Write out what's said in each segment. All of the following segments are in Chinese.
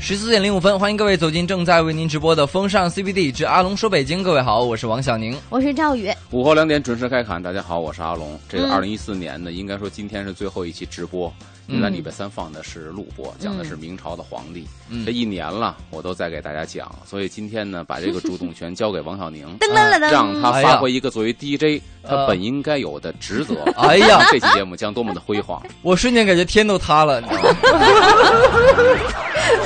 十四点零五分，欢迎各位走进正在为您直播的风尚 CBD 之阿龙说北京。各位好，我是王小宁。我是赵宇，午后两点准时开侃，大家好，我是阿龙。这个嗯二零一四年呢，应该说今天是最后一期直播，因为咱嗯礼拜三放的是录播，讲的是明朝的皇帝。嗯这一年了，我都在给大家讲，所以今天呢，把这个主动权交给王小宁，噔 噔噔让他噔，哎呀发挥一个作为 DJ 呃他本应该有的职责。哎呀，这期节目将多么的辉煌！我瞬间感觉天都塌了，你知道吗？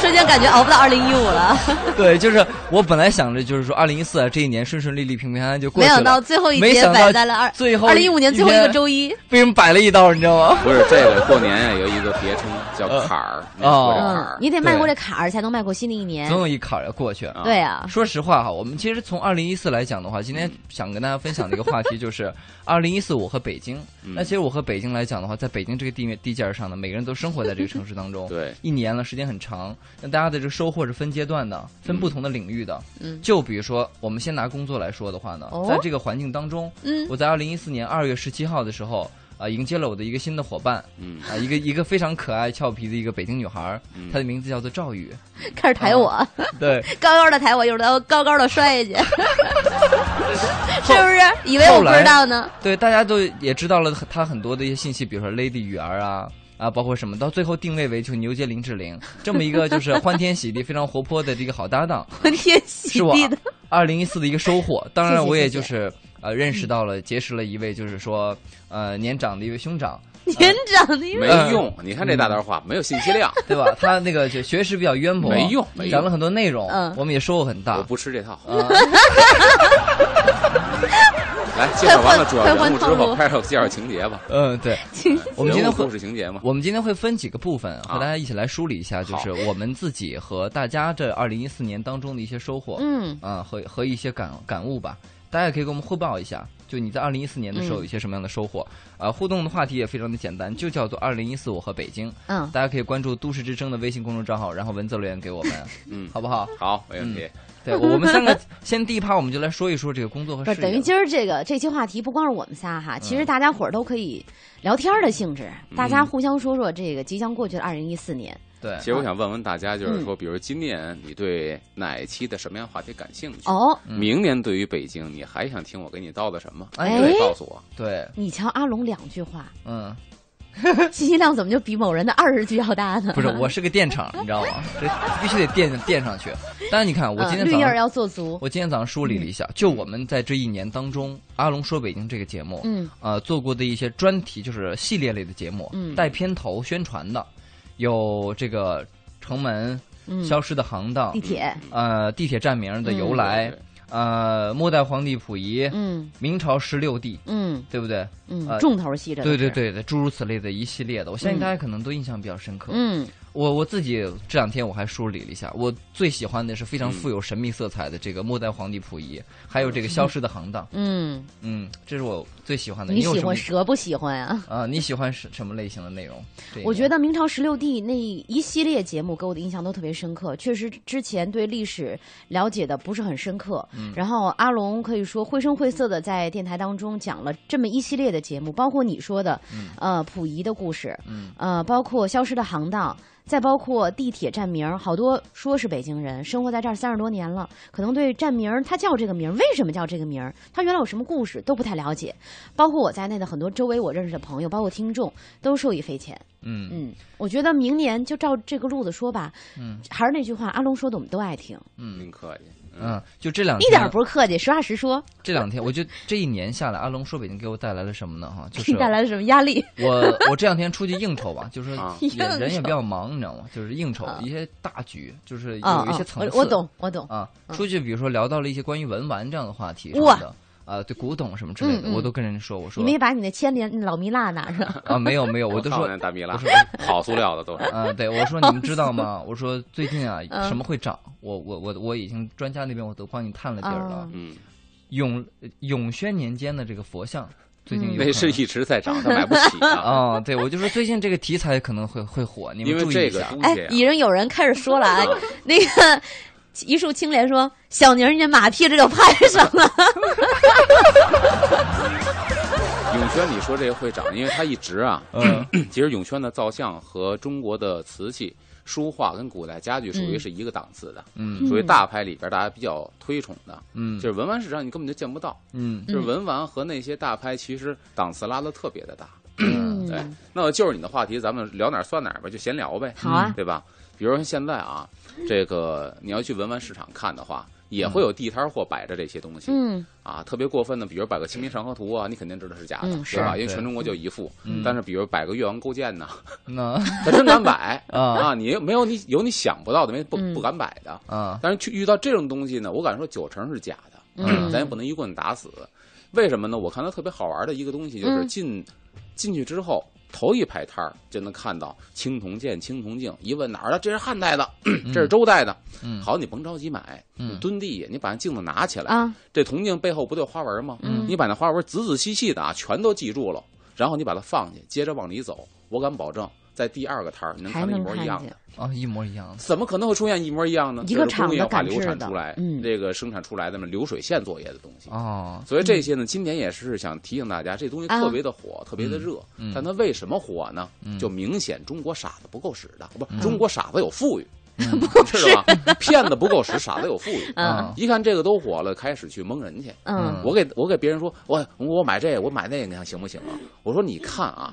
瞬间感觉熬不到二零一五了， 对，就是我本来想着就是说二零一四啊这一年顺顺利利、平平安安就过没去了，想到最后一没节想到摆在了二最后二零一五年最后一个周一，被人摆了一道，你知道 吗？不是这个过年啊，有一个别称叫坎儿，没过这坎嗯啊儿，，你得迈过这坎儿才能迈过新的一年总。有一坎儿要过去。啊对啊，说实话哈，我们其实从二零一四来讲的话，今天想跟大家分享的一个话题 就是二零一四我和北京。嗯那其实我和北京来讲的话，在北京这个地面地界儿上呢，每个人都生活在这个城市当中。对，一年了，时间很长，那大家的这个收获是分阶段的，分不同的领域的。嗯就比如说，我们先拿工作来说的话呢，哦在这个环境当中，嗯，我在二零一四年二月十七号的时候。啊、迎接了我的一个新的伙伴，嗯啊、一个一个非常可爱俏皮的一个北京女孩儿，嗯她的名字叫做赵宇，开始抬我，啊对，高高的抬我，一会儿都高高的 摔下去，是不是？以为后我不来知道呢？对，大家都也知道了他很多的一些信息，比如说 Lady 雨儿啊。啊，包括什么，到最后定位为就牛街林志玲这么一个就是欢天喜地、非常活泼的这个好搭档，欢天喜是我地的，二零一四的一个收 获。当然，谢谢我也谢嗯就谢是呃认识到了、结识了一位就是说呃年长的一位兄长， 年长的一个没呃用。你看这大段话，没有信息量，对 吧？他那个就学识比较渊博，没用没用讲了很多内容，嗯我们也收获很我大。不吃这套。 啊，来，介绍完了主要人快换物之套后，路开始介绍情节吧。嗯，对， 情我们今天人物会故事情节嘛，我们今天会分几个部分和啊大家一起来梳理一下，就好是我们自己和大家这二零一四年当中的一些收获。嗯，啊，和和一些感感悟吧。大家也可以给我们汇报一下，就你在二零一四年的时候嗯有一些什么样的收获？啊，互动的话题也非常的简单，就叫做“二零一四我和北京”。嗯，大家可以关注都市之声的微信公众账号，然后文字留言给我们，嗯，好不好？好，没问题。对我们三个先第一趴，我们就来说一说这个工作和不事是业。等于今儿这个这期话题不光是我们仨嗯哈，其实大家伙儿都可以聊天儿的性质，大嗯家互相说说这个即将过去的二零一四年。对其，实我想问问大家，就是嗯说，比如今年你对哪一期的什么样话题感兴趣？哦，明年对于北京，你还想听我给你叨的什么？哎你得告诉我。对，你瞧阿龙两句话，嗯，信息量怎么就比某人的二十句要大呢？不是，我是个电场，你知道吗？这必须得垫垫上去。但是你看，我今嗯天绿早叶上儿要做足。我今天早上梳理了一下，就我们在这一年当中，《阿龙说北京》这个节目，嗯，呃，做过的一些专题，就是系列类的节目，嗯带片头宣传的，有这个城门、嗯，消失的行当地，铁，呃，地铁站名的由来对，对呃，末代皇帝溥仪，嗯明朝十六帝，嗯对不对？呃嗯，重头戏着。对对，对对，诸如此类的一系列的，我相信嗯大家可能都印象比较深刻。嗯我我自己这两天我还梳理了一下，我最喜欢的是非嗯常富有神秘色彩的这个末代皇帝溥仪，还有这个消失的行当，嗯，嗯，这是我最喜欢的。你有喜什么欢蛇不喜欢啊？啊、你喜欢什什么类型的内容？这一我类觉得明朝十六帝那一系列节目给我的印象都特别深刻，确实之前对历史了解的不是很深刻。然后阿龙可以说绘声绘色的在电台当中讲了这么一系列的节目，包括你说的，呃，溥仪的故事，嗯呃，包括消失的行当。再包括地铁站名儿，好多说是北京人，生活在这儿三十多年了，可能对站名儿，他叫这个名儿，为什么叫这个名儿，他原来有什么故事都不太了解，包括我在内的很多周围我认识的朋友，包括听众，都受益匪浅。嗯，嗯，我觉得明年就照这个路子说吧。嗯，啊还是那句话，阿龙说的我们都爱听，您客气。嗯，就这两一天，点儿不是客气，实话实说。这两天，我觉得这一年下来，阿龙说北京给我带来了什么呢？哈，就给是你带来了什么压力？ 我我这两天出去应酬吧，就是啊也人也应酬比较忙，你知道吗？就是应酬啊一些大局，就是啊有一些层次。我我懂，我懂。啊，嗯出去比如说聊到了一些关于文玩这样的话题什么哇的。啊，对古董什么之类的，嗯嗯我都跟人说，我你说没把你那千年老蜜蜡拿上？啊，没有没有，我都讨说厌大米拉我说，好塑料的都是。 啊，对我说你们知道吗？我说最近啊，哦嗯什么会涨？我我我我已经专家那边我都帮你探了底儿了啊。嗯，永永宣年间的这个佛像，最嗯近有可那能是一直在涨，他买不起啊。啊，对我就说最近这个题材可能会会火，你因们为注意这一个下东。哎西，啊已经有人开始说了 啊啊，那个。一树青莲说：“小宁，你这马屁这就拍上了。永轩，你说这个会长，因为他一直啊， 嗯，其实永轩的造像和中国的瓷器、书画跟古代家具属于是一个档次的，嗯属于大牌里边大家比较推崇的，嗯就是文玩市场你根本就见不到，嗯就是文玩和那些大牌其实档次拉的特别的大。嗯对，那就是你的话题，咱们聊哪儿算哪儿吧，就闲聊呗，好啊对吧？比如说现在啊，这个你要去文玩市场看的话，也会有地摊儿货摆着这些东西、嗯啊，特别过分的，比如摆个《清明上河图》啊，你肯定知道是假的，嗯对吧？是因为对全中国就一幅，嗯但是比如摆个越王勾践呐， 那他真敢 摆啊啊！你没有你有你想不到的，没不嗯不敢摆的。啊但是去遇到这种东西呢，我敢说九成是假的，嗯咱也不能一棍打死。为什么呢？我看到特别好玩的一个东西，就是嗯进、进去之后，头一排摊儿就能看到青铜剑、青铜镜。一问哪儿的？这是汉代的， 这是周代的。嗯好，你甭着急买，嗯你蹲地，你把那镜子拿起来。啊，这铜镜背后不都有花纹吗？嗯你把那花纹仔仔细细的啊，全都记住了，然后你把它放去，接着往里走。我敢保证，在第二个摊儿你能还看到一能模一看样的见。，啊，一模一样的，怎么可能会出现一模一样呢？一个这是工业化厂子赶制流的产出来，嗯这个生产出来的嘛流水线作业的东西。哦，所以这些呢，今年也是想提醒大家，这东啊西特别的火，特别的热，嗯但它为什么火呢？嗯就明显中国傻子不够使的，不，中国傻子有富裕，嗯你知道吧？骗子不够使，傻子有富裕。啊一看这个都火了，开始去蒙人去。嗯嗯我给我给别人说，我我买这个，我买那个，你看行不行啊？我说你看啊，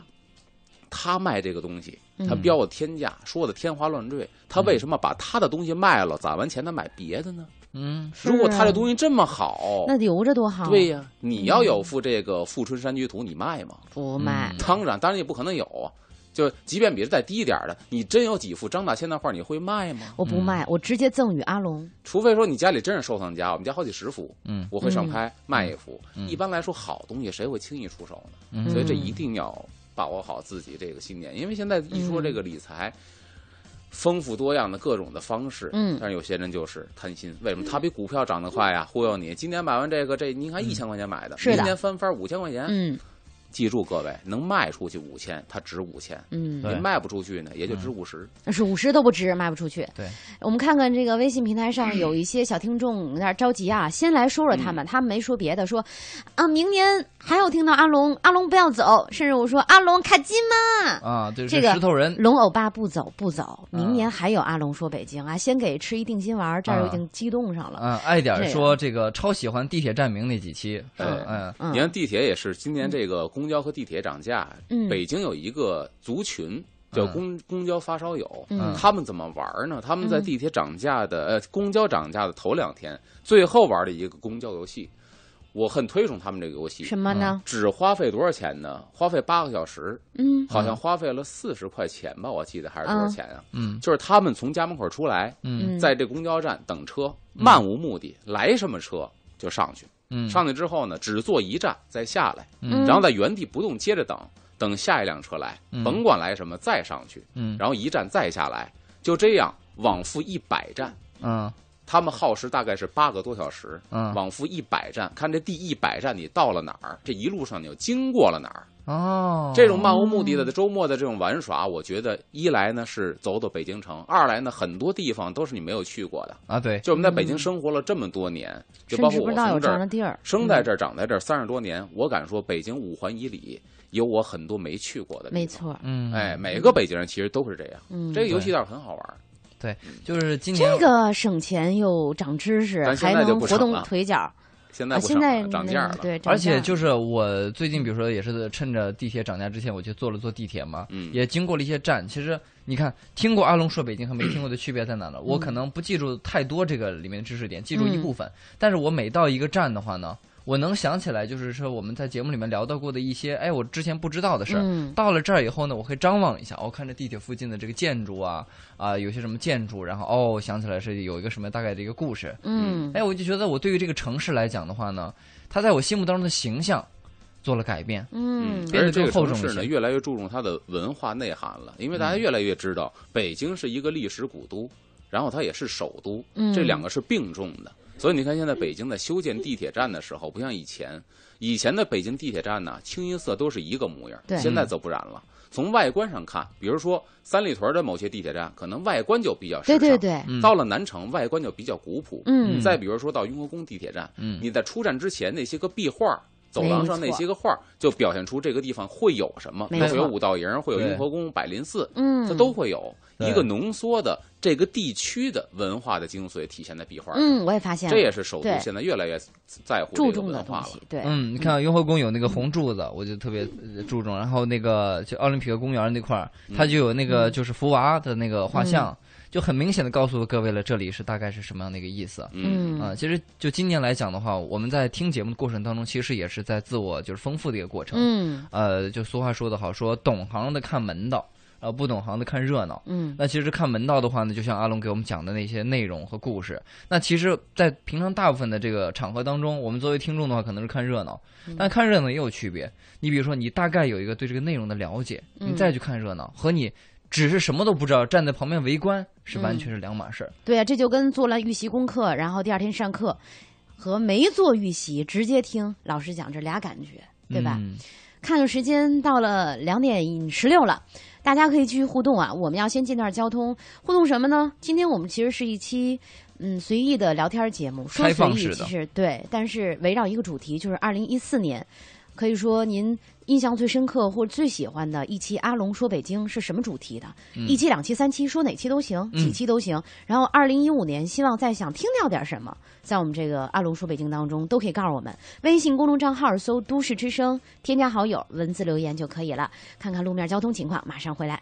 他卖这个东西，他嗯标的天价，说的天花乱坠，他为什么把他的东西卖了，攒完钱他买别的呢？嗯是如果他这啊东西这么好，那留着多好， 对哦呀，你要有副这个《富春山居图》，你卖吗？不卖嗯，当然，当然也不可能有啊。就即便比这再低一点的，你真有几幅张大千的画，你会卖吗？我不卖，我直接赠与阿龙。除非说你家里真是收藏家，我们家好几十幅，嗯我会上拍卖一幅。嗯一般来说，好东西谁会轻易出手呢？嗯，所以这一定要把握好自己这个信念，因为现在一说这嗯个理财，丰富多样的各种的方式，嗯但是有些人就是贪心，为什么？他比股票涨得快呀，忽悠你，今年买完这个，这你看一千块钱买的，嗯是的明年翻番五千块钱，嗯记住各位，能卖出去五千，它值五千。嗯，对你卖不出去呢，也就值五十。是五十都不值，卖不出去。对，我们看看这个微信平台嗯上有一些小听众有点着急啊，先来说说他们，他们没说别的，说啊，明年还要听到阿龙，阿龙不要走，甚至我说阿龙卡金吗？啊，对，这是个嗯石头人，龙欧巴不走不走，啊明年还有阿龙说北京啊，先给吃一定心丸，这儿啊已经激动上了。嗯，爱点这儿个说这个超喜欢地铁站名那几期，对嗯嗯你看地铁也是，今年这个公交和地铁涨价，嗯北京有一个族群叫嗯公公交发烧友，嗯他们怎么玩呢？他们在地铁涨价的、呃公交涨价的头两天，最后玩的一个公交游戏，我很推崇他们这个游戏。什么呢？只花费多少钱呢？花费八个小时，嗯好像花费了四十块钱吧，我记得还是多少钱啊？嗯就是他们从家门口出来，嗯嗯，在这公交站等车，漫无目的，来什么车就上去。嗯，上去之后呢，只坐一站，再下来，嗯然后在原地不动，接着等，等下一辆车来，嗯甭管来什么，再上去，嗯然后一站再下来，就这样往复一百站。嗯他们耗时大概是八个多小时，啊嗯往复一百站，看这第一百站你到了哪儿，这一路上你又经过了哪儿。哦，这种漫无目的的周末的这种玩耍，我觉得一来呢是走走北京城，二来呢很多地方都是你没有去过的。啊，对，就我们在北京生活了这么多年，就嗯甚包至括不我知道有从这这样儿的地儿。嗯生在这儿、长在这儿三十多年，我敢说，北京五环以里有我很多没去过的。没。错，嗯，哎，，每个北京人其实都是这样。嗯，这个游戏倒是很好玩儿，对，就是今年这个省钱又长知识，咱现还在就能不活省动了腿脚。现在啊，不现涨在了，涨那价个了。嗯对，涨而且价就是我最近，比如说也是趁着地铁涨价之前，我去坐了坐地铁嘛，嗯也经过了一些站。其实你看，听过阿龙说北京和没听过的区别在哪呢？我可能不记住太多这个里面的知识点，记住一部分，但是我每到一个站的话呢，我能想起来，就是说我们在节目里面聊到过的一些，哎，我之前不知道的事儿。嗯到了这儿以后呢，我会张望一下，我、看着地铁附近的这个建筑啊，啊、有些什么建筑，然后哦，想起来是有一个什么大概的一个故事，嗯哎，我就觉得我对于这个城市来讲的话呢，它在我心目当中的形象做了改变。嗯别而的且这更个厚城重一市呢，些越来越注重它的文化内涵了，因为嗯大家越来越知道，北京是一个历史古都，然后它也是首都，嗯这两个是并重的。所以你看，现在北京在修建地铁站的时候，不像以前，以前的北京地铁站呢，清一色都是一个模样对，现在则不然了。从外观上看，比如说三里屯的某些地铁站，可能外观就比较时对对尚，对，嗯到了南城，外观就比较古朴。嗯再比如说到雍和宫地铁站，嗯你在出站之前那些个壁画，走廊上那些个画儿就表现出这个地方会有什么，没错会有五道营，会有对雍和宫、百林寺，嗯，它都会有对一个浓缩的这个地区的文化的精髓体现在壁画上。嗯，我也发现了这也是首都对现在越来越在乎注这个重的文东化了西。，对，嗯，你看雍和宫有那个红柱子，我就特别呃注重。然后那个就奥林匹克公园那块儿，嗯它就有那个就是福娃的那个画像，就很明显的告诉各位了，这里是大概是什么样的一个意思。嗯，嗯啊、其实就今年来讲的话，我们在听节目的过程当中，其实也是在自我就是丰富的一个过程。嗯呃，就俗话说得好，说懂行的看门道，呃，不懂行的看热闹。嗯那其实看门道的话呢，就像阿龙给我们讲的那些内容和故事。那其实，在平常大部分的这个场合当中，我们作为听众的话，可能是看热闹，嗯但看热闹也有区别。你比如说，你大概有一个对这个内容的了解，嗯你再去看热闹，和你只是什么都不知道，站在旁边围观，是完全是两码事儿。对啊，这就跟做了预习功课，然后第二天上课和没做预习直接听老师讲这俩感觉，对吧？嗯看看时间到了两点十六了，大家可以继续互动啊。我们要先进段交通，互动什么呢？今天我们其实是一期嗯随意的聊天节目，说开随放式意的其实对，但是围绕一个主题，就是二零一四年，可以说您印象最深刻或者最喜欢的一期《阿龙说北京》是什么主题的？一期、两期、三期，说哪期都行，嗯几期都行。然后二零一五年，希望再想听到点什么，在我们这个《阿龙说北京》当中都可以告诉我们。微信公众账号搜“都市之声”，添加好友，文字留言就可以了。看看路面交通情况，马上回来。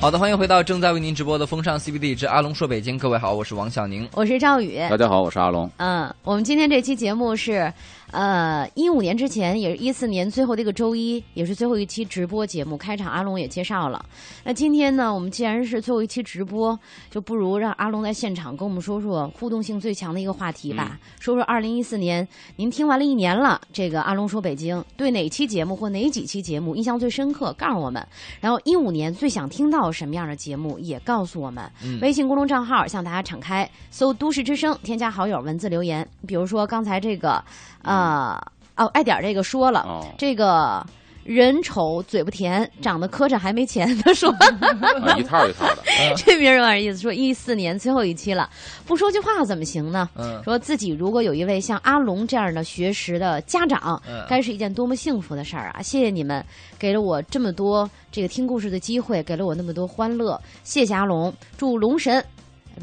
好的，欢迎回到正在为您直播的风尚 CBD 之阿龙说北京，各位好，我是王小宁。我是赵宇，大家好，我是阿龙。嗯，我们今天这期节目是，呃，一五年之前，也是一四年最后的一个周一，也是最后一期直播节目。开场阿龙也介绍了。那今天呢，我们既然是最后一期直播，就不如让阿龙在现场跟我们说说互动性最强的一个话题吧，说说二零一四年您听完了一年了，这个阿龙说北京对哪期节目或哪几期节目印象最深刻，告诉我们。然后一五年最想听到什么样的节目，也告诉我们。微信公众账号向大家敞开，搜“都市之声”，添加好友，文字留言。比如说刚才这个，呃，哦，爱点儿这个说了，哦这个人丑嘴不甜，长得磕碜还没钱， 他说。啊，一套一套 的，这名儿有点意思，说一四年最后一期了，不说句话怎么行呢？嗯说自己如果有一位像阿龙这样的学识的家长，嗯该是一件多么幸福的事儿啊！谢谢你们给了我这么多这个听故事的机会，给了我那么多欢乐，谢谢阿龙，祝龙神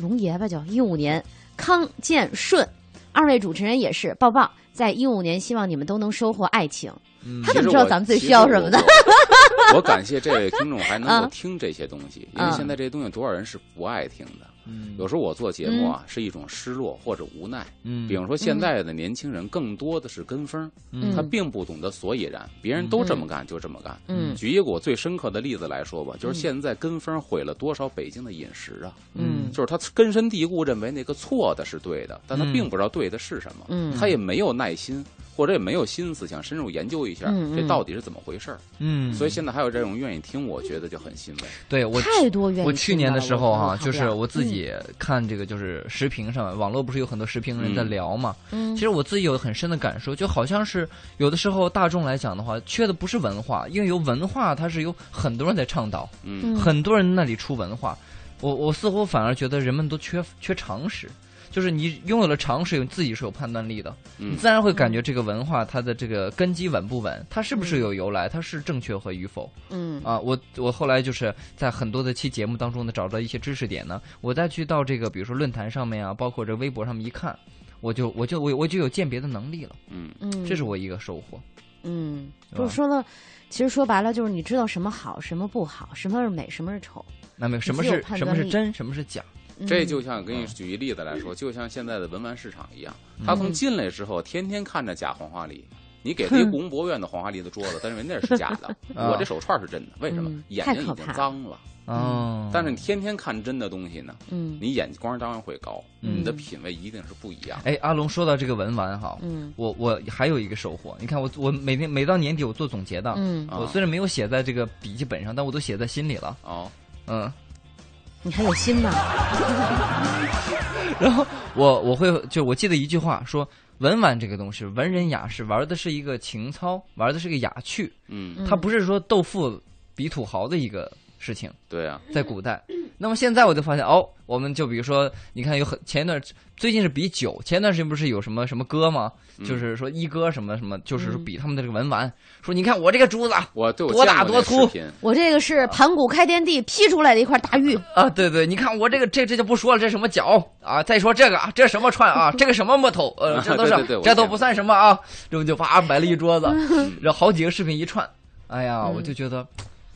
龙爷吧就一五年康健顺，二位主持人也是抱抱，在一五年希望你们都能收获爱情。嗯他其怎实么我知道咱们最需要什么呢？其实 我我我感谢这位听众还能够嗯听这些东西，因为嗯现在这些东西多少人是不爱听的。嗯有时候我做节目啊，嗯是一种失落或者无奈。嗯比方说，现在的年轻人更多的是跟风，嗯他并不懂得所以然，别人都这么干就这么干。嗯举一个我最深刻的例子来说吧，就是现在跟风毁了多少北京的饮食啊！嗯就是他根深蒂固认为那个错的是对的，但他嗯并不知道对的是什么，嗯他也没有耐心或者也没有心思想深入研究一下嗯嗯这到底是怎么回事儿。嗯，所以现在还有这种愿意听，我觉得就很欣慰。对我太多愿意我去年的时候哈、啊，就是我自嗯己看这个，就是时评上，网络不是有很多时评人在嗯聊嘛。嗯其实我自己有很深的感受，就好像是有的时候大众来讲的话，缺的不是文化，因为有文化，它是有很多人在倡导，嗯，嗯很多人那里出文化。我我似乎反而觉得人们都缺缺常识，就是你拥有了常识，自己是有判断力的，嗯你自然会感觉这个文化它的这个根基稳不稳，它是不是有由来，它是正确和与否。嗯啊，我我后来就是在很多的期节目当中呢，找到一些知识点呢，我再去到这个比如说论坛上面啊，包括这微博上面一看，我就我就我我就有鉴别的能力了，嗯，嗯，这是我一个收获。嗯，对就吧是说了，其实说白了就是你知道什么好，什么不好，什么是美，什么是丑。那么什么你自是有判什断么是力真，什么是假？嗯这就像给你嗯举一例子来说，就像现在的文玩市场一样，他嗯从进来之后，天天看着假黄花梨。你给 他一故宫博物院的黄花梨的桌子，他认为那是假的，啊我这手串是真的，为什么嗯？眼太睛可已经怕脏了，哦，但是你天天看真的东西呢，嗯你眼光当然会高，嗯你的品味一定是不一样的。哎，阿龙说到这个文玩哈，嗯我我还有一个收获，你看我我每天每到年底我做总结的，嗯，啊我虽然没有写在这个笔记本上，但我都写在心里了，哦，嗯。你还有心呢。 然后我我会就我记得一句话说，文玩这个东西，文人雅士玩的是一个情操，玩的是个雅趣，嗯，嗯它不是说斗富比土豪的一个事情，对啊，在古代，那么现在我就发现哦，我们就比如说，你看有很前一段最近是比酒，前段时间不是有什么什么歌吗？就是说一哥什么什么，就是说比他们的这个文玩，说你看我这个珠子啊我对我多见大过多那视粗频我这个是盘古开天地劈出来的一块大玉，啊，对对，你看我这个这这就不说了，这什么脚啊？再说这个啊，这什么串啊？这个什么木头？呃，这都是对对对我这都见不过算什么啊！这不就啪摆了一桌子，嗯然后好几个视频一串，哎呀，我就觉得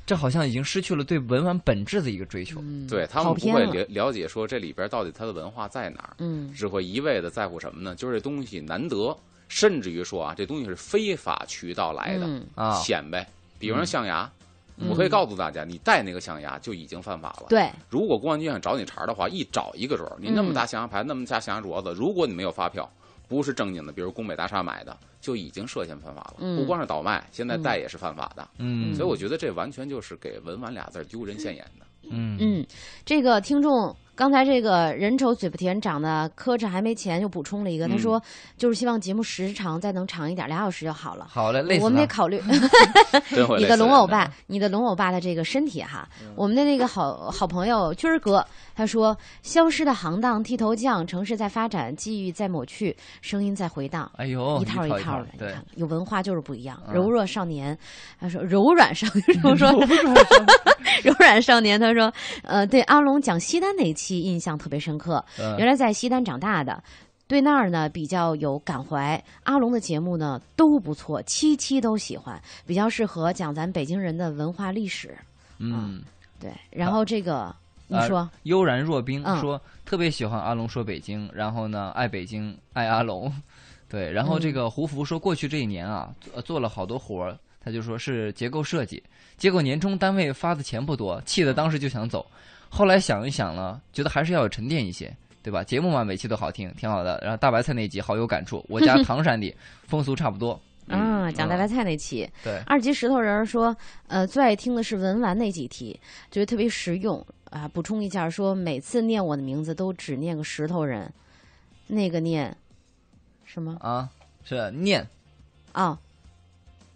这好像已经失去了对文玩本质的一个追求。嗯对他跑们不偏会了了了解说这里边到底它的文化在哪儿，嗯，只会一味的在乎什么呢？就是这东西难得，甚至于说啊，这东西是非法渠道来的，嗯啊嗯显摆。比方说象牙，我可以告诉大家，你戴那个象牙就已经犯法了。对，如果公安局想找你茬儿的话，一找一个准儿。你那么嗯大象牙牌，那么大象牙镯子，如果你没有发票，不是正经的，比如工美大厦买的，就已经涉嫌犯法了。嗯不光是倒卖，现在戴也是犯法的。嗯所以我觉得这完全就是给“文玩”俩字儿丢人现眼 的。嗯嗯，这个听众刚才这个人丑嘴不甜，长得磕碜还没钱，又补充了一个，嗯他说就是希望节目时长再能长一点，俩小时就好了。好嘞，累死我们了得。考虑真会你累的死龙人欧嗯巴，你的龙欧巴的这个身体哈。我们的那个好好朋友军儿哥，他说：“消失的行当，剃头匠，城市在发展，机遇在抹去，声音在回荡。”哎呦，一套一一套套的，你对看，有文化就是不一样。嗯柔弱少年，他说柔软少， 我说 柔软少年，他说，呃，对阿龙讲西单那一期印象特别深刻，嗯原来在西单长大的。对那儿呢比较有感怀，阿龙的节目呢都不错，期期都喜欢，比较适合讲咱北京人的文化历史。啊嗯，对，然后这个、你啊说、悠然若冰嗯说特别喜欢阿龙说北京，然后呢爱北京爱阿龙， 对，然后这嗯个胡福说过去这一年啊呃做了好多活儿，他就说是结构设计，结果年终单位发的钱不多，气得当时就想走，后来想一想呢，觉得还是要有沉淀一些。对吧？节目嘛，每期都好听，挺好的。然后大白菜那集好有感触， 我家唐山的风俗差不多。啊，讲大嗯白菜那期，对，二级石头人儿说，呃，最爱听的是文玩那几题，觉得特别实用啊。补充一下说，每次念我的名字都只念个石头人，那个念什么啊，是念啊、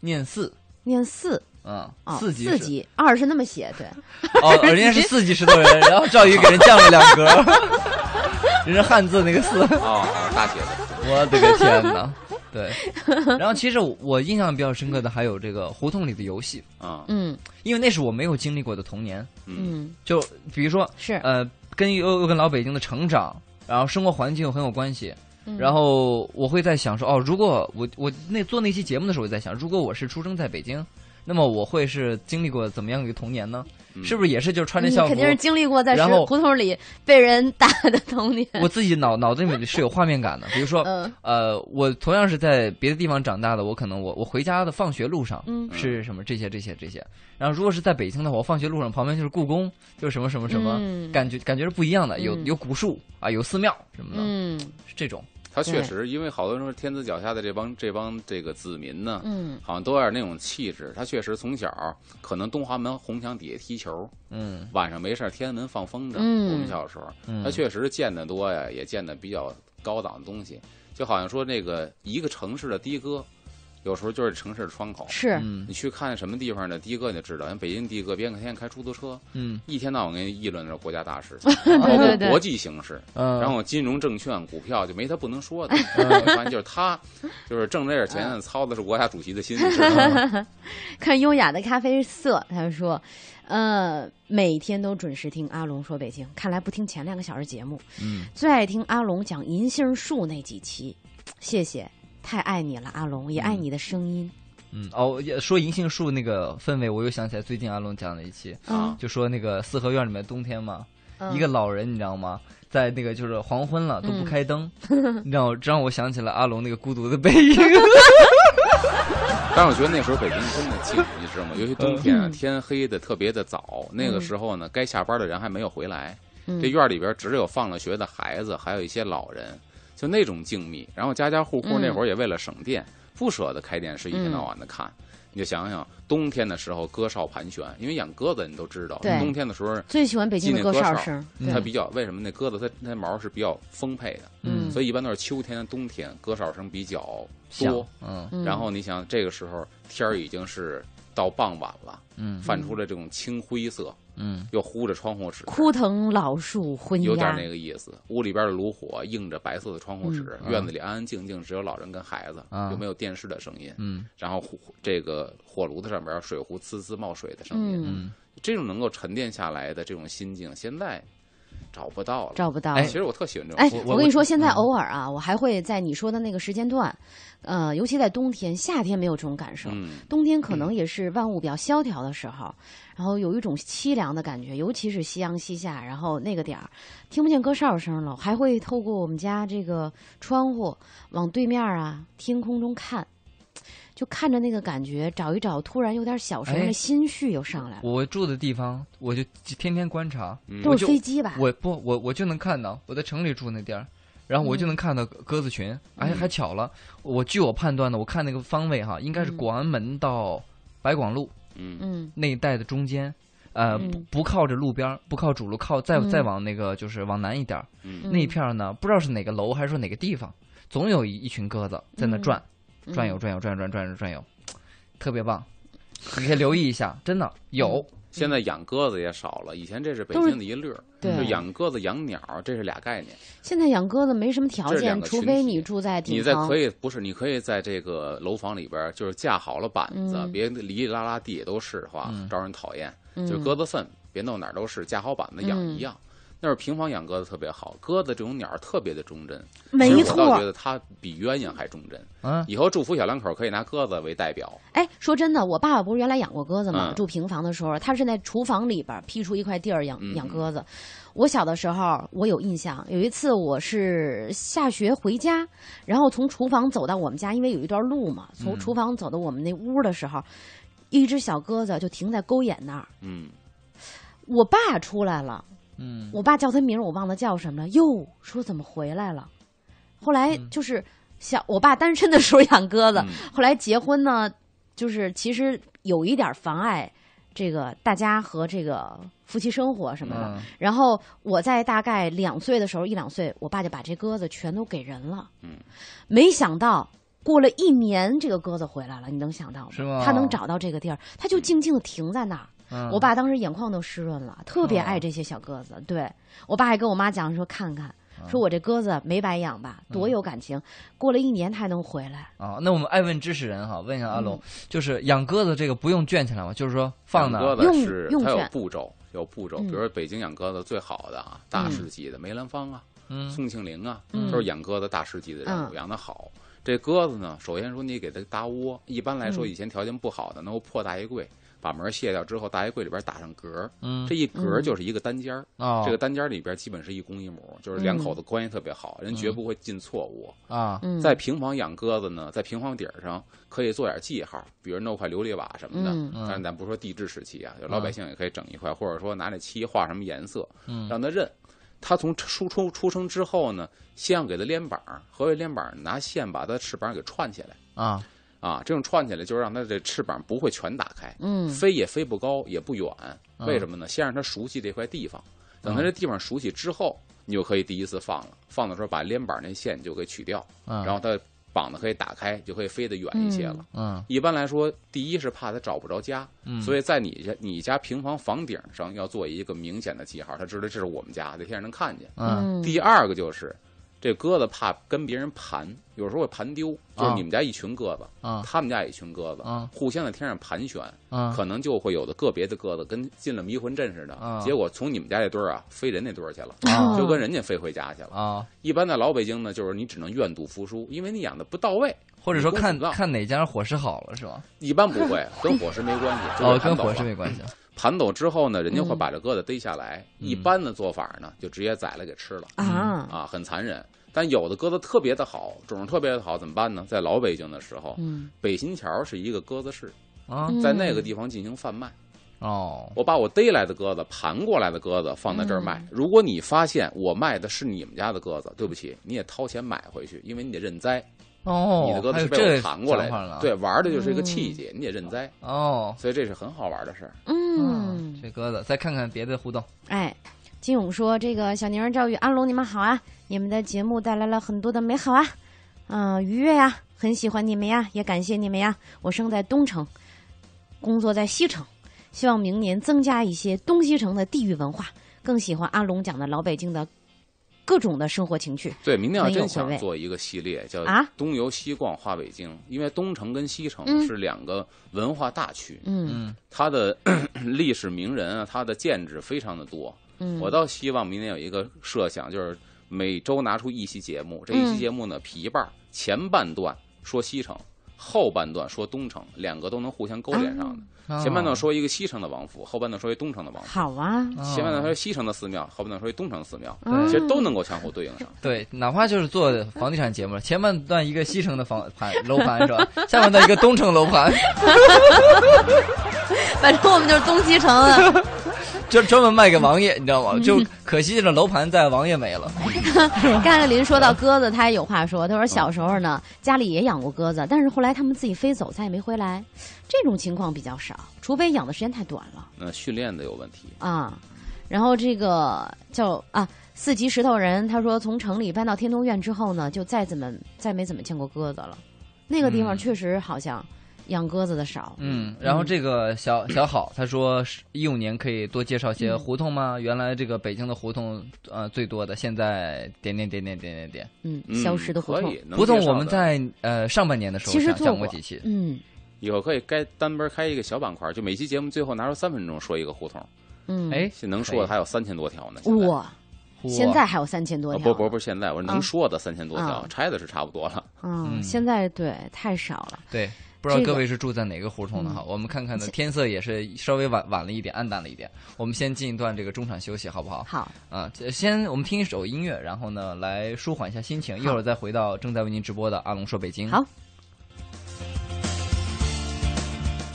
念四，念四啊，啊、四级四是级二是那么写，对， 哦，人家是四级石头人，然后赵宇给人降了两 格，人家汉字那个四，啊、大写的，我的个天哪！ 对，然后其实我印象比较深刻的还有这个胡同里的游戏，啊、嗯因为那是我没有经历过的童年，嗯就比如说是，呃，跟又又跟老北京的成长，然后生活环境很有关系。嗯然后我会在想说，哦，如果我我那做那期节目的时候，我在想，如果我是出生在北京，那么我会是经历过怎么样一个童年呢？ 是嗯不是也是就是穿着你校服？嗯肯定是经历过在然石后胡同里被人打的童年，我自己脑脑子里面是有画面感 的，比如说，嗯呃，我同样是在别的地方长大的，我可能我我回家的放学路上嗯是什么这些这些这些，然后如果是在北京的话，我放学路上旁边就是故宫，就是什么什么什么，嗯感觉感觉是不一样的，有嗯有古树啊，有寺庙什么的，嗯是这种，他确实，因为好多人说天子脚下的这帮这帮这个子民呢，嗯好像都有点那种气质。他确实从小可能东华门红墙底下踢球，嗯晚上没事儿天安门放风筝。嗯我们小时候，嗯他确实见得多呀，也见得比较高档的东西。就好像说那个一个城市的的哥，有时候就是城市的窗口。是嗯你去看什么地方的的哥，你就知道。像北京的哥，别看天天开出租车，嗯一天到晚跟你议论着国家大事， 对包对括对国际形势。 嗯，然后金融、证券、股票就没他不能 说的。我发现就是他，就是挣这点嗯钱，操的是国家主席的心。是吧看优雅的咖啡色，他说，呃，每天都准时听阿龙说北京，看来不听前两个小时节目，嗯最爱听阿龙讲银杏树那几期，谢谢，太爱你了，阿龙，也爱你的声音。嗯哦，也说银杏树那个氛围，我又想起来最近阿龙讲的一期，啊，就说那个四合院里面冬天嘛，嗯嗯一个老人，你知道吗？在那个就是黄昏了都不开 灯，你知道，让我想起了阿龙那个孤独的背影。 但是我觉得那时候北京真的静，你知道吗？尤其冬嗯天啊，天黑的特别的早。那个时候呢，该下班的人还没有回来，嗯这院里边只有放了学的孩子，还有一些老人，就那种静谧。然后家家户户嗯那会儿也为了省电，不舍得开电视，一天到晚的看。你就想想，冬天的时候歌哨盘旋，因为养鸽子你都知道，对冬天的时候最喜欢北京的纪念歌哨手声，嗯它对，比较为什么那鸽子它它毛是比较丰沛的，嗯所以一般都是秋天、冬天歌哨声比较想多。嗯嗯然后你想这个时候天儿已经是到傍晚了，嗯泛出了这种青灰色，嗯又呼着窗户纸，枯藤老树昏鸦，有点那个意思。屋里边的炉火映着白色的窗户纸，嗯院子里安安静静，只有老人跟孩子，啊又没有电视的声音。嗯然后火这个火炉子上边水壶呲呲冒水的声音，嗯，嗯，这种能够沉淀下来的这种心境，现在找不到了。找不到。哎其实我特喜欢这种哎风，格，我我跟你说，我现在嗯偶尔啊，我还会在你说的那个时间段，呃，尤其在冬天、夏天没有这种感受。嗯，冬天可能也是万物比较萧条的时候，然后有一种凄凉的感觉，尤其是夕阳西下，然后那个点儿听不见歌哨声了，还会透过我们家这个窗户往对面啊天空中看，就看着那个感觉，找一找，突然有点小时候哎的心绪又上来了，我住的地方，我就天天观察，嗯都我是就飞机吧？我不我我就能看到，我在城里住那地儿，然后我嗯就能看到鸽子群，哎，还巧了，我据我判断呢，我看那个方位哈，应该是嗯广安门到白广路嗯嗯那一带的中间。呃，嗯不不靠着路边儿，不靠主路，靠再嗯再往那个就是往南一点儿，嗯嗯那一片儿呢，不知道是哪个楼还是说哪个地方，总有一一群鸽子在嗯那转、转悠、转悠、转悠、转悠、转悠、转悠，特别棒，你可以留意一下，真的有，现在养鸽子也少了，以前这是北都是京的一乐儿，对就养鸽子、养鸟儿，这是俩概念。现在养鸽子没什么条这两件，个除群非体你住在顶你在层可以不是，你可以在这个楼房里边儿，就是架好了板子，嗯别哩哩啦啦地也都是的话，招人讨厌。嗯就鸽子粪，别弄哪儿都是，架好板子养一样。那是平房养鸽子特别好，鸽子这种鸟儿特别的忠贞，没其实我倒错觉。得它比鸳鸯还忠贞。嗯，以后祝福小两口可以拿鸽子为代表，哎，说真的，我爸爸不是原来养过鸽子吗？嗯住平房的时候，他是在厨房里边儿辟出一块地儿养、嗯养鸽子。我小的时候，我有印象，有一次我是下学回家，然后从厨房走到我们家，因为有一段路嘛，嗯从厨房走到我们那屋的时候，一只小鸽子就停在沟眼那儿。嗯，我爸出来了，嗯，我爸叫他名儿，我忘了叫什么了。哟，说怎么回来了？后来就是小我爸单身的时候养鸽子，嗯后来结婚呢，就是其实有一点妨碍这个大家和这个夫妻生活什么的。嗯然后我在大概两岁的时候，一两岁，我爸就把这鸽子全都给人了。嗯，没想到。过了一年，这个鸽子回来了，你能想到吗？是吗它能找到这个地儿，它就静静的停在那儿。嗯我爸当时眼眶都湿润了，特别爱这些小鸽子。对我爸还跟我妈讲说，看看，嗯说我这鸽子没白养吧，多有感情。过了一年它还能回来，啊，那我们爱问知识人哈，问一下阿龙，嗯就是养鸽子这个不用圈起来吗？就是说放那养儿鸽子用是用它有卷步骤，有步骤。嗯比如说北京养鸽子最好的啊，大师级的梅兰芳啊、嗯宋庆龄啊，嗯都是养鸽子大师级的人物，嗯养得好。这鸽子呢，首先说你给它搭窝，一般来说嗯以前条件不好的，能够破大衣柜，把门卸掉之后，大衣柜里边打上格儿，嗯这一格儿就是一个单间儿。哦这个单间儿里边基本是一公一母，就是两口子关系特别好，人嗯绝不会进错窝。啊嗯，在平房养鸽子呢，在平房顶儿上可以做点记号，比如弄块琉璃瓦什么的。嗯嗯但是咱不说地质时期啊，就老百姓也可以整一块，或者说拿那漆画什么颜色，嗯让它认。它从出出出生之后呢，先要给它连板儿，何谓连板儿？拿线把它翅膀给串起来啊啊，这种串起来就是让它这翅膀不会全打开，嗯飞也飞不高，也不远。嗯为什么呢？先让它熟悉这块地方，等它这地方熟悉之后，你就可以第一次放了。放的时候把连板儿那线就给取掉。嗯，然后它膀子可以打开，就可以飞得远一些了。嗯一般来说，第一是怕它找不着家，嗯，所以以在你家你家平房房顶上要做一个明显的记号，它知道这是我们家的，现在能看见。嗯第二个就是。这鸽子怕跟别人盘，有时候会盘丢，就啊是你们家一群鸽子，嗯啊他们家一群鸽子，啊互相在天上盘旋，啊可能就会有的个别的鸽子跟进了迷魂阵似的，啊结果从你们家这堆儿啊飞人那堆儿去了，哦啊就跟人家飞回家去了。啊，一般在老北京呢，就是你只能愿赌服输，因为你养的不到位，或者说看你功夫不到看哪家伙食好了是吧？一般不会，跟伙食没关系，就哦，是跟盘走伙了。食没嗯 关系盘走之后呢，人家会把这鸽子逮下来。嗯一般的做法呢，就直接宰了给吃了啊，啊，很残忍。但有的鸽子特别的好，种子特别的好，怎么办呢？在老北京的时候，嗯，北新桥是一个鸽子市，啊嗯在那个地方进行贩卖。哦我把我逮来的鸽子、盘过来的鸽子放在这儿嗯卖。如果你发现我卖的是你们家的鸽子，对不起，你也掏钱买回去，因为你得认栽。哦，你的鸽还子有是这被我盘过来想法的了，啊嗯对，玩的就是一个器械，你得认栽。哦，啊所以这是很好玩的事儿。嗯，这鸽子再看看别的互动，哎，金勇说：“这个小宁、赵宇、安龙，你们好啊！你们的节目带来了很多的美好啊，嗯、愉悦呀、很喜欢你们呀，也感谢你们呀！我生在东城，工作在西城，希望明年增加一些东西城的地域文化，更喜欢阿龙讲的老北京的各种的生活情趣。对，明天要很有真回想味做一个系列，叫啊《东游西逛话北京》，因为东城跟西城嗯是两个文化大区，嗯它的 咳咳历史名人啊，它的建制非常的多。嗯，我倒希望明年有一个设想，就是每周拿出一期节目，这一期嗯节目呢，劈一半儿，前半段说西城，后半段说东城，两个都能互相勾连上的。嗯啊前半段说一个西城的王府，后半段说一东城的王府。好啊，哦，前半段说西城的寺庙，后半段说一东城的寺庙，对嗯其实都能够相互对应上。对，哪怕就是做房地产节目，前半段一个西城的房盘楼盘是吧？下半段一个东城楼盘， 反正我们就是东西城啊了。就专门卖给王爷，你知道吗？就嗯可惜这楼盘在王爷没了。甘乐林说到鸽子，他也有话说。他说小时候呢，家里也养过鸽子，但是后来他们自己飞走，再也没回来。这种情况比较少，除非养的时间太短了那训练的有问题，啊。然后这个叫啊四级石头人，他说从城里搬到天通苑之后呢，就再怎么再没怎么见过鸽子了。那个地方嗯确实好像养鸽子的少。嗯，然后这个小小好他说，一五年可以多介绍嗯些胡同吗？原来这个北京的胡同呃最多的，现在点点点点点点点。嗯，嗯消失的胡可同。以。能胡同介绍我们的在呃上半年的时候其实讲做讲过过几期，嗯以后可以该单门开一个小板块，就每期节目最后拿出三分钟说一个胡同，嗯，哎，现能说的还有三千多条呢。现在哇，嚯现在还有三千多啊条。不不不是现在，我说能嗯说的三千多条嗯，拆的是差不多了。嗯，嗯现在对太少了。对，不知道这个嗯各位是住在哪个胡同的哈？我们看看呢，天色也是稍微晚晚了一点，暗淡了一点。我们先进一段这个中场休息，好不好？好，啊，这先我们听一首音乐，然后呢来舒缓一下心情，一会儿再回到正在为您直播的阿龙说北京。好。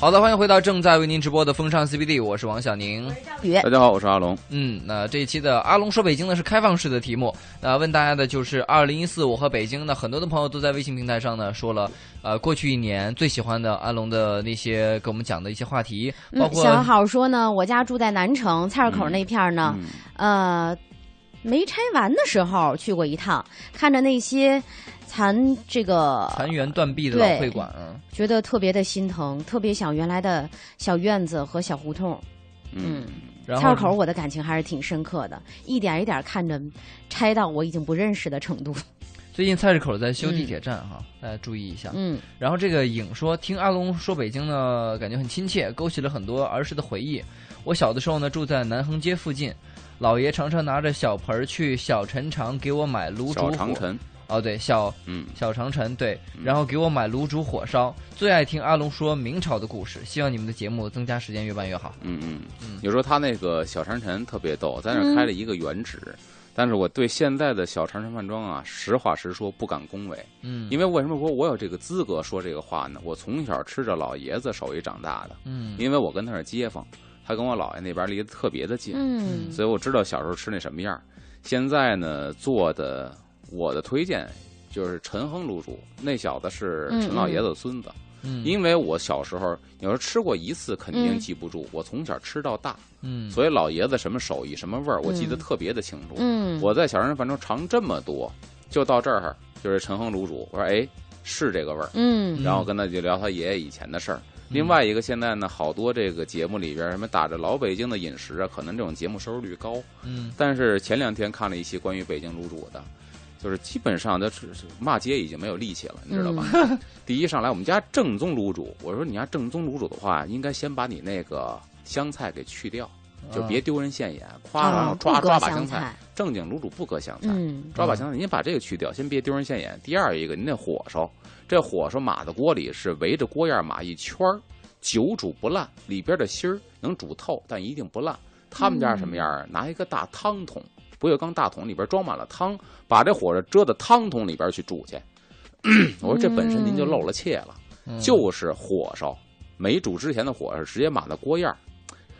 好的，欢迎回到正在为您直播的风尚 CBD，我是王小宁。雨大家好，我是阿龙。嗯，那这一期的阿龙说北京呢是开放式的题目，那问大家的就是二零一四我和北京呢，很多的朋友都在微信平台上呢说了，呃，过去一年最喜欢的阿龙的那些给我们讲的一些话题，包嗯，括、小好说呢，我家住在南城菜市口那片儿呢，嗯呃，没拆完的时候去过一趟，看着那些残这个，残垣断壁的老对会馆，嗯觉得特别的心疼，特别想原来的小院子和小胡同。嗯，然菜后市口我的感情还是挺深刻的，一点一点看着拆到我已经不认识的程度。 最近菜市口在修地铁站哈，大家注意一下。嗯然后这个影说听阿龙说北京呢，感觉很亲切，勾起了很多儿时的回忆。我小的时候呢，住在南横街附近，姥爷常常拿着小盆儿去小陈厂给我买嗯卤煮小火长城，哦，对，小嗯，小长城对，嗯然后给我买卤煮火烧。最爱听阿龙说明朝的故事，希望你们的节目增加时间，越办越好。嗯嗯嗯，你说他那个小长城特别逗，在那嗯儿开了一个原址。但是我对现在的小长城饭庄啊，实话实说，不敢恭维，嗯，因为为为什么说我有这个资格说这个话呢？我从小吃着老爷子手艺长大的，嗯因为我跟他是街坊，他跟我姥爷那边离得特别的近，嗯所以我知道小时候吃那什么样儿。现在呢，做的我的推荐就是陈亨卤煮，那小子是陈老爷子的孙子。嗯，因为我小时候，你要是吃过一次，肯定嗯记不住。我从小吃到大，嗯所以老爷子什么手艺、什么味儿，我记得特别的清楚。嗯，我在小人反正尝这么多，就到这儿就是陈亨卤煮，我说哎，是这个味儿。嗯然后跟他就聊他爷爷以前的事儿。另外一个，现在呢，好多这个节目里边儿什么打着老北京的饮食啊，可能这种节目收视率高，嗯但是前两天看了一期关于北京卤煮的，就是基本上都是是骂街已经没有力气了，嗯你知道吧？第一上来我们家正宗卤煮，我说你家正宗卤煮的话，应该先把你那个香菜给去掉，嗯就别丢人现眼，夸然后啊，不抓搁抓把香菜，，正经卤煮不搁香菜。嗯抓把香菜，您把这个去掉，先别丢人现眼。第二一个，您那火烧，这火烧码在锅里是围着锅沿码一圈儿，久煮不烂，里边的芯儿能煮透，但一定不烂。他们家是什么样儿？拿一个大汤桶，不锈钢大桶里边装满了汤，把这火烧遮到汤桶里边去煮去。我说这本身您就露了怯了，嗯就是火烧，没煮之前的火烧直接码到锅沿儿，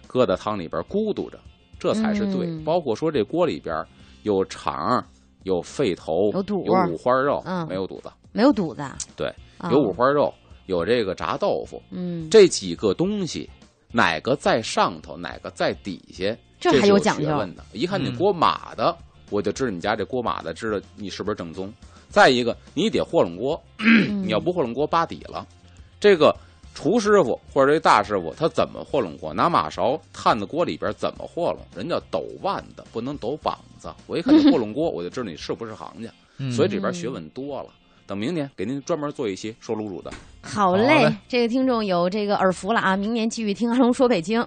搁在汤里边咕嘟着，这才是对。嗯包括说这锅里边儿有肠儿，有肺头，有肚有儿五花肉，嗯没有肚子，没有肚子，对，啊有五，花肉，有这个炸豆腐，嗯，这几个东西，哪个在上头，哪个在底下，这这还是有讲究学问的。一看你嗯锅码的，我就知道你家这锅码的，知道你是不是正宗。再一个，你得和拢锅，嗯你要不和拢锅扒底了，这个厨师傅或者这大师傅，他怎么和拢锅？拿马勺探到锅里边怎么和拢？人叫抖腕子，不能抖膀子。我一看这和拢锅，我就知道你是不是行家。嗯 所以这边学问多了。等明年给您专门做一期说卤 煮的，好好嘞嘞，这个听众有这个耳福了啊，明年继续听阿龙说北京。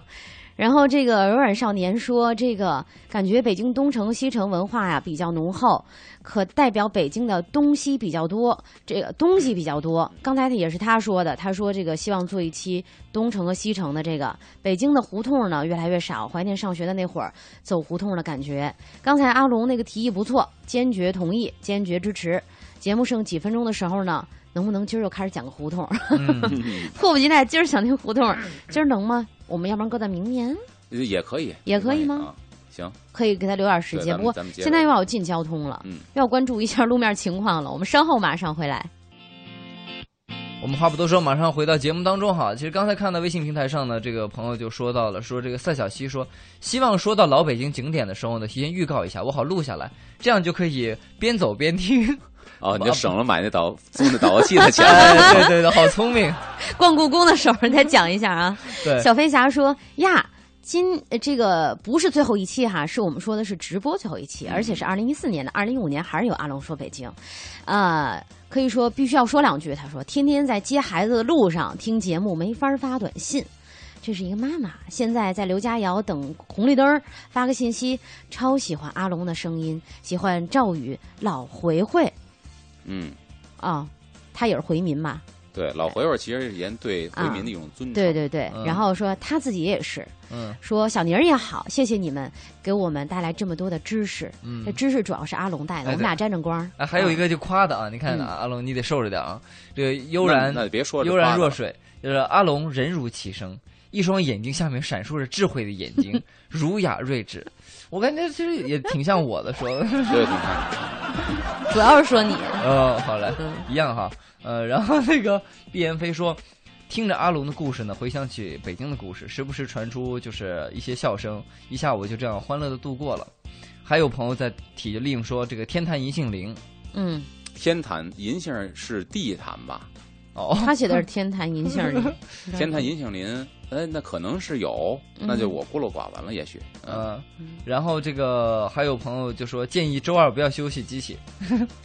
然后这个柔软少年说，这个感觉北京东城西城文化呀、比较浓厚，可代表北京的东西比较多，这个东西比较多。刚才也是他说的，他说这个希望做一期东城和西城的这个北京的胡同呢越来越少，怀念上学的那会儿走胡同的感觉。刚才阿龙那个提议不错，坚决同意，坚决支持。节目剩几分钟的时候呢，能不能今儿就 开始讲个胡同？嗯 迫不及待，今儿想听胡同儿，嗯今儿能吗？我们要不然搁到明年，也可以，也可以吗啊？行，可以给他留点时对间。咱不们过咱们接着现在又要进交通了，嗯要关注一下路面情况了。我们稍后马上回来。我们话不多说，马上回到节目当中哈。其实刚才看到微信平台上呢，这个朋友就说到了，说这个赛小西说，希望说到老北京景点的时候呢，提前预告一下，我好录下来，这样就可以边走边 听。哦，你就省了买那导租那导游器 的钱了。哎，对对对，好聪明。逛故宫的时候再讲一下啊。对，小飞侠说呀。今呃这个不是最后一期哈，是我们说的是直播最后一嗯期，而且是二零一四年的，二零一五年还是有阿龙说北京，呃，可以说必须要说两句。他说，天天在接孩子的路上听节目，没法发短信。这是一个妈妈，现在在刘家窑等红绿灯儿发个信息，超喜欢阿龙的声音，喜欢赵宇老回回嗯，啊、他也是回民嘛，对，老回味儿其实是言对回民的一种啊尊重。对对对，嗯然后说他自己也是，嗯说小宁儿也好，谢谢你们给我们带来这么多的知识。嗯这。知识主要是阿龙带的，哎我们俩沾沾光儿。啊，还有一个就夸的啊，你看嗯啊阿龙，你得受着点啊。这个那，悠然那就别说这悠然夸了若水，就是阿龙人如其声，一双眼睛下面闪烁着智慧的眼睛， 儒雅睿智。我感觉其实也挺像我的说的。 对，你看，啊主要是说你，哦，好嘞嗯，一样哈。呃，然后那个毕妍飞说，听着阿龙的故事呢，回想起北京的故事，时不时传出就是一些笑声，一下午就这样欢乐的度过了。还有朋友在提令说，这个天坛银杏林嗯，天坛银杏儿是地坛吧？哦，嗯他写的是天坛银杏 林，天坛银杏林，哎，那可能是有，那就我孤陋寡闻了，也许。嗯，呃，然后这个还有朋友就说建议周二不要休息机器，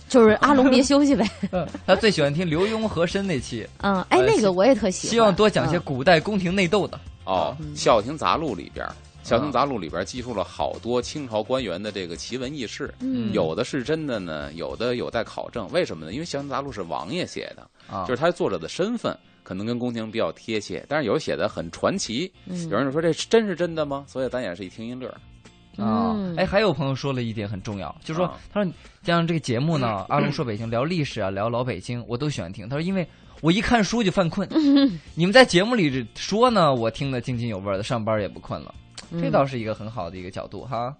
就是阿龙别休息呗。他最喜欢听刘墉和珅那期，嗯，哎，呃那希个我也特 喜欢。希望多讲一些嗯古代宫廷内斗的。哦，嗯《孝亭杂录》里边儿，《孝亭杂录》里边儿记述了好多清朝官员的这个奇闻异事，嗯有的是真的呢，有的有待考证。为什么呢？因为《孝亭杂录》是王爷写的，啊，就是他作者的身份可能跟宫廷比较贴切，但是有写的很传奇，嗯有人就说这是真是真的吗？所以咱也是一听一乐儿。啊嗯，哎，还有朋友说了一点很重要，就是说啊，他说像这个节目 呢，阿龙说北京聊历史啊，聊老北京，我都喜欢听。他说，因为我一看书就犯 困，你们在节目里说呢，我听得津津有味儿的，上班也不困了，嗯这倒是一个很好的一个角度哈。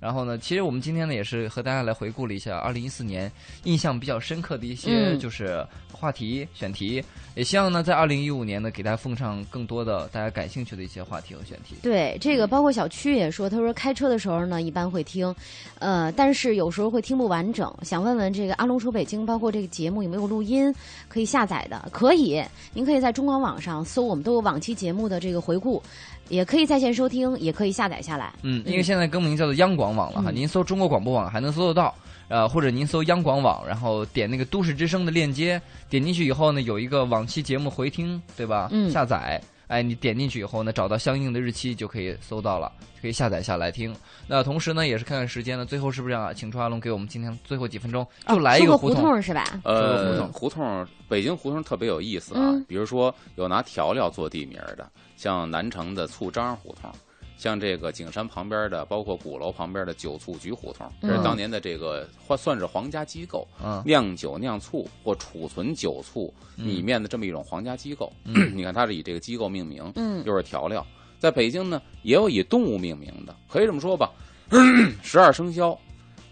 然后呢，其实我们今天呢也是和大家来回顾了一下二零一四年印象比较深刻的一些嗯就是话题、选题，也希望呢在二零一五年呢给大家奉上更多的大家感兴趣的一些话题和选题。对，这嗯个包括小区也说，他说开车的时候呢，一般会听，呃，但是有时候会听不完整。想问问这个《阿龙说北京》，包括这个节目有没有录音可以下载的？可以，您可以在中广网上搜，我们都有往期节目的这个回顾，也可以在线收听，也可以下载下来。嗯，因为现在更名叫做央广网了哈，嗯您搜中国广播网还能搜得到，呃，或者您搜央广网，然后点那个都市之声的链接，点进去以后呢，有一个往期节目回听，对吧？嗯下载，哎，你点进去以后呢，找到相应的日期就可以搜到了，就可以下载下来听。那同时呢，也是看看时间呢，最后是不是啊？请出阿龙给我们今天最后几分钟，就来一说个胡过胡同。同是吧？这呃个，胡同，北京胡同特别有意思啊嗯。比如说有拿调料做地名儿的，像南城的醋张胡同，像这个景山旁边的，包括鼓楼旁边的酒醋局胡同，这是嗯当年的这个算算是皇家机构嗯酿酒酿醋或储存酒醋嗯里面的这么一种皇家机构。 你看，它是以这个机构命名，嗯又是调料。在北京呢，也有以动物命名的，可以这么说吧。 十二生肖，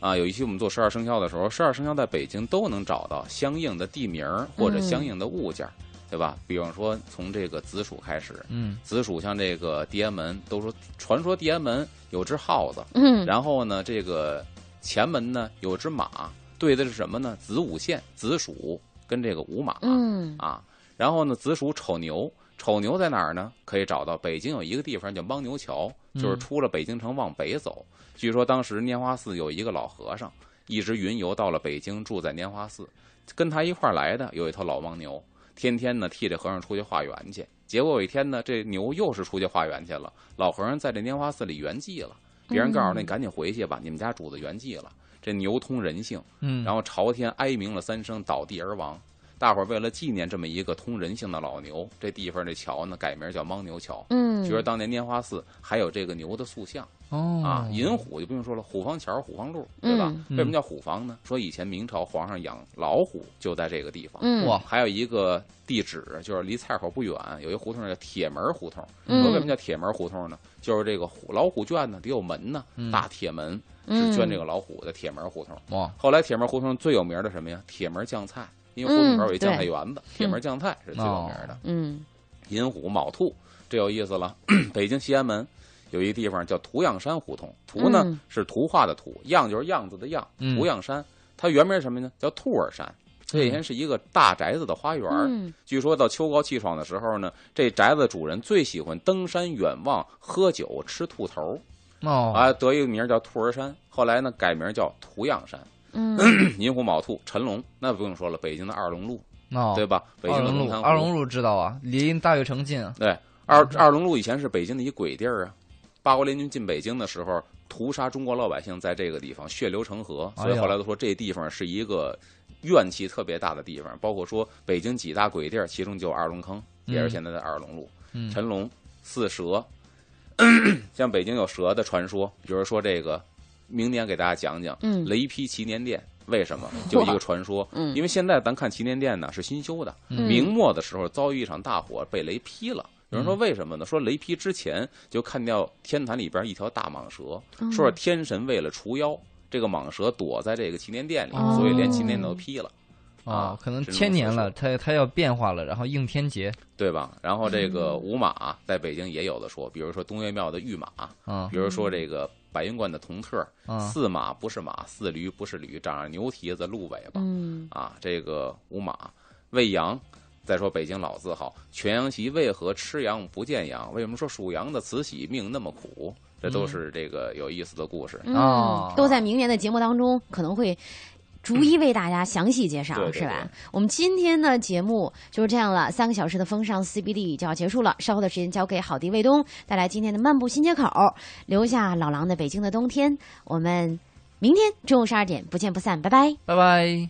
啊，有一期我们做十二生肖的时候，十二生肖在北京都能找到相应的地名儿或者嗯相应的物件儿，对吧？比方说从这个紫薯开始，嗯紫薯像这个地安门，都说传说地安门有只耗子，嗯然后呢，这个前门呢有只马，对的是什么呢？子午线，紫薯跟这个午马，嗯啊，然后呢，子鼠丑牛丑牛在哪儿呢？可以找到北京有一个地方叫牦牛桥，嗯就是出了北京城往北走。据说当时拈花寺有一个老和尚，一直云游到了北京，住在拈花寺。跟他一块儿来的有一头老牦牛，天天呢替这和尚出去化缘去。结果有一天呢，这牛又是出去化缘去了，老和尚在这拈花寺里圆寂了。别人告诉他：“嗯你赶紧回去吧，你们家主子圆寂了。”这牛通人性，嗯，然后朝天哀鸣了三声，倒地而亡。大伙儿为了纪念这么一个通人性的老牛，这地方这桥呢改名叫牦牛桥。嗯，据说当年拈花寺还有这个牛的塑像哦啊，银虎就不用说了，虎坊桥、虎坊路，对吧？嗯为什么叫虎坊呢？说以前明朝皇上养老虎就在这个地方。嗯哇，还有一个地址就是离菜市口不远，有一胡同叫铁门胡同。嗯说为什么叫铁门胡同呢？就是这个虎老虎圈呢得有门呢，嗯大铁门嗯是圈这个老虎的铁门胡同。哇，后来铁门胡同最有名的什么呀？铁门酱菜，因为胡同口有一酱菜园子，铁门酱菜是最有名的。嗯银虎、卯兔，这有意思了。 北京西安门有一地方叫图样山胡同，图呢、嗯是图画的图，样就是样子的样，嗯图样山。它原名是什么呢？叫兔儿山。这以前是一个大宅子的花园儿，嗯据说到秋高气爽的时候呢，这宅子主人最喜欢登山远望、喝酒、吃兔头儿哦，啊，得一个名儿叫兔儿山。后来呢，改名叫图样山。 嗯，银虎、卯兔、辰龙，那不用说了，北京的二龙路，哦，对吧？北京二的龙龙路，潭湖。二龙路知道啊，离大悦城近啊。对，二二龙路以前是北京的一鬼地儿啊。八国联军进北京的时候，屠杀中国老百姓，在这个地方血流成河，所哎以呦后来都说这地方是一个怨气特别大的地方。包括说北京几大鬼地儿，其中就有二龙坑，也是嗯现在的二龙路。嗯，辰龙、四蛇， 像北京有蛇的传说，比如说这个，明年给大家讲讲嗯雷劈祈年殿。为什么？就一个传说，嗯因为现在咱看祈年殿呢是新修的，嗯明末的时候遭遇一场大火，被雷劈了。有人嗯说为什么呢？说雷劈之前就看到天坛里边一条大蟒蛇，嗯说是天神为了除妖，这个蟒蛇躲在这个祈年殿里，哦所以连祈年殿都劈了。哦啊，可能只能千年说了，它它要变化了，然后应天劫对吧？然后这嗯个五马在北京也有的说，比如说东岳庙的御马，嗯啊比如说这个白云观的铜特儿，啊，四马不是马，四驴不是驴，长着牛蹄子、鹿尾巴嗯啊。这个五马喂羊，再说北京老字号全羊席为何吃羊不见羊？为什么说属羊的慈禧命那么苦？这都是这个有意思的故事。哦嗯，都在明年的节目当中可能会。逐一为大家详细介绍，对是对吧？我们今天的节目就是这样了，三个小时的风尚 CBD 就要结束了。稍后的时间交给郝迪卫东带来今天的漫步新街口，留下老狼的《北京的冬天》。我们明天中午十二点不见不散，拜拜。拜拜。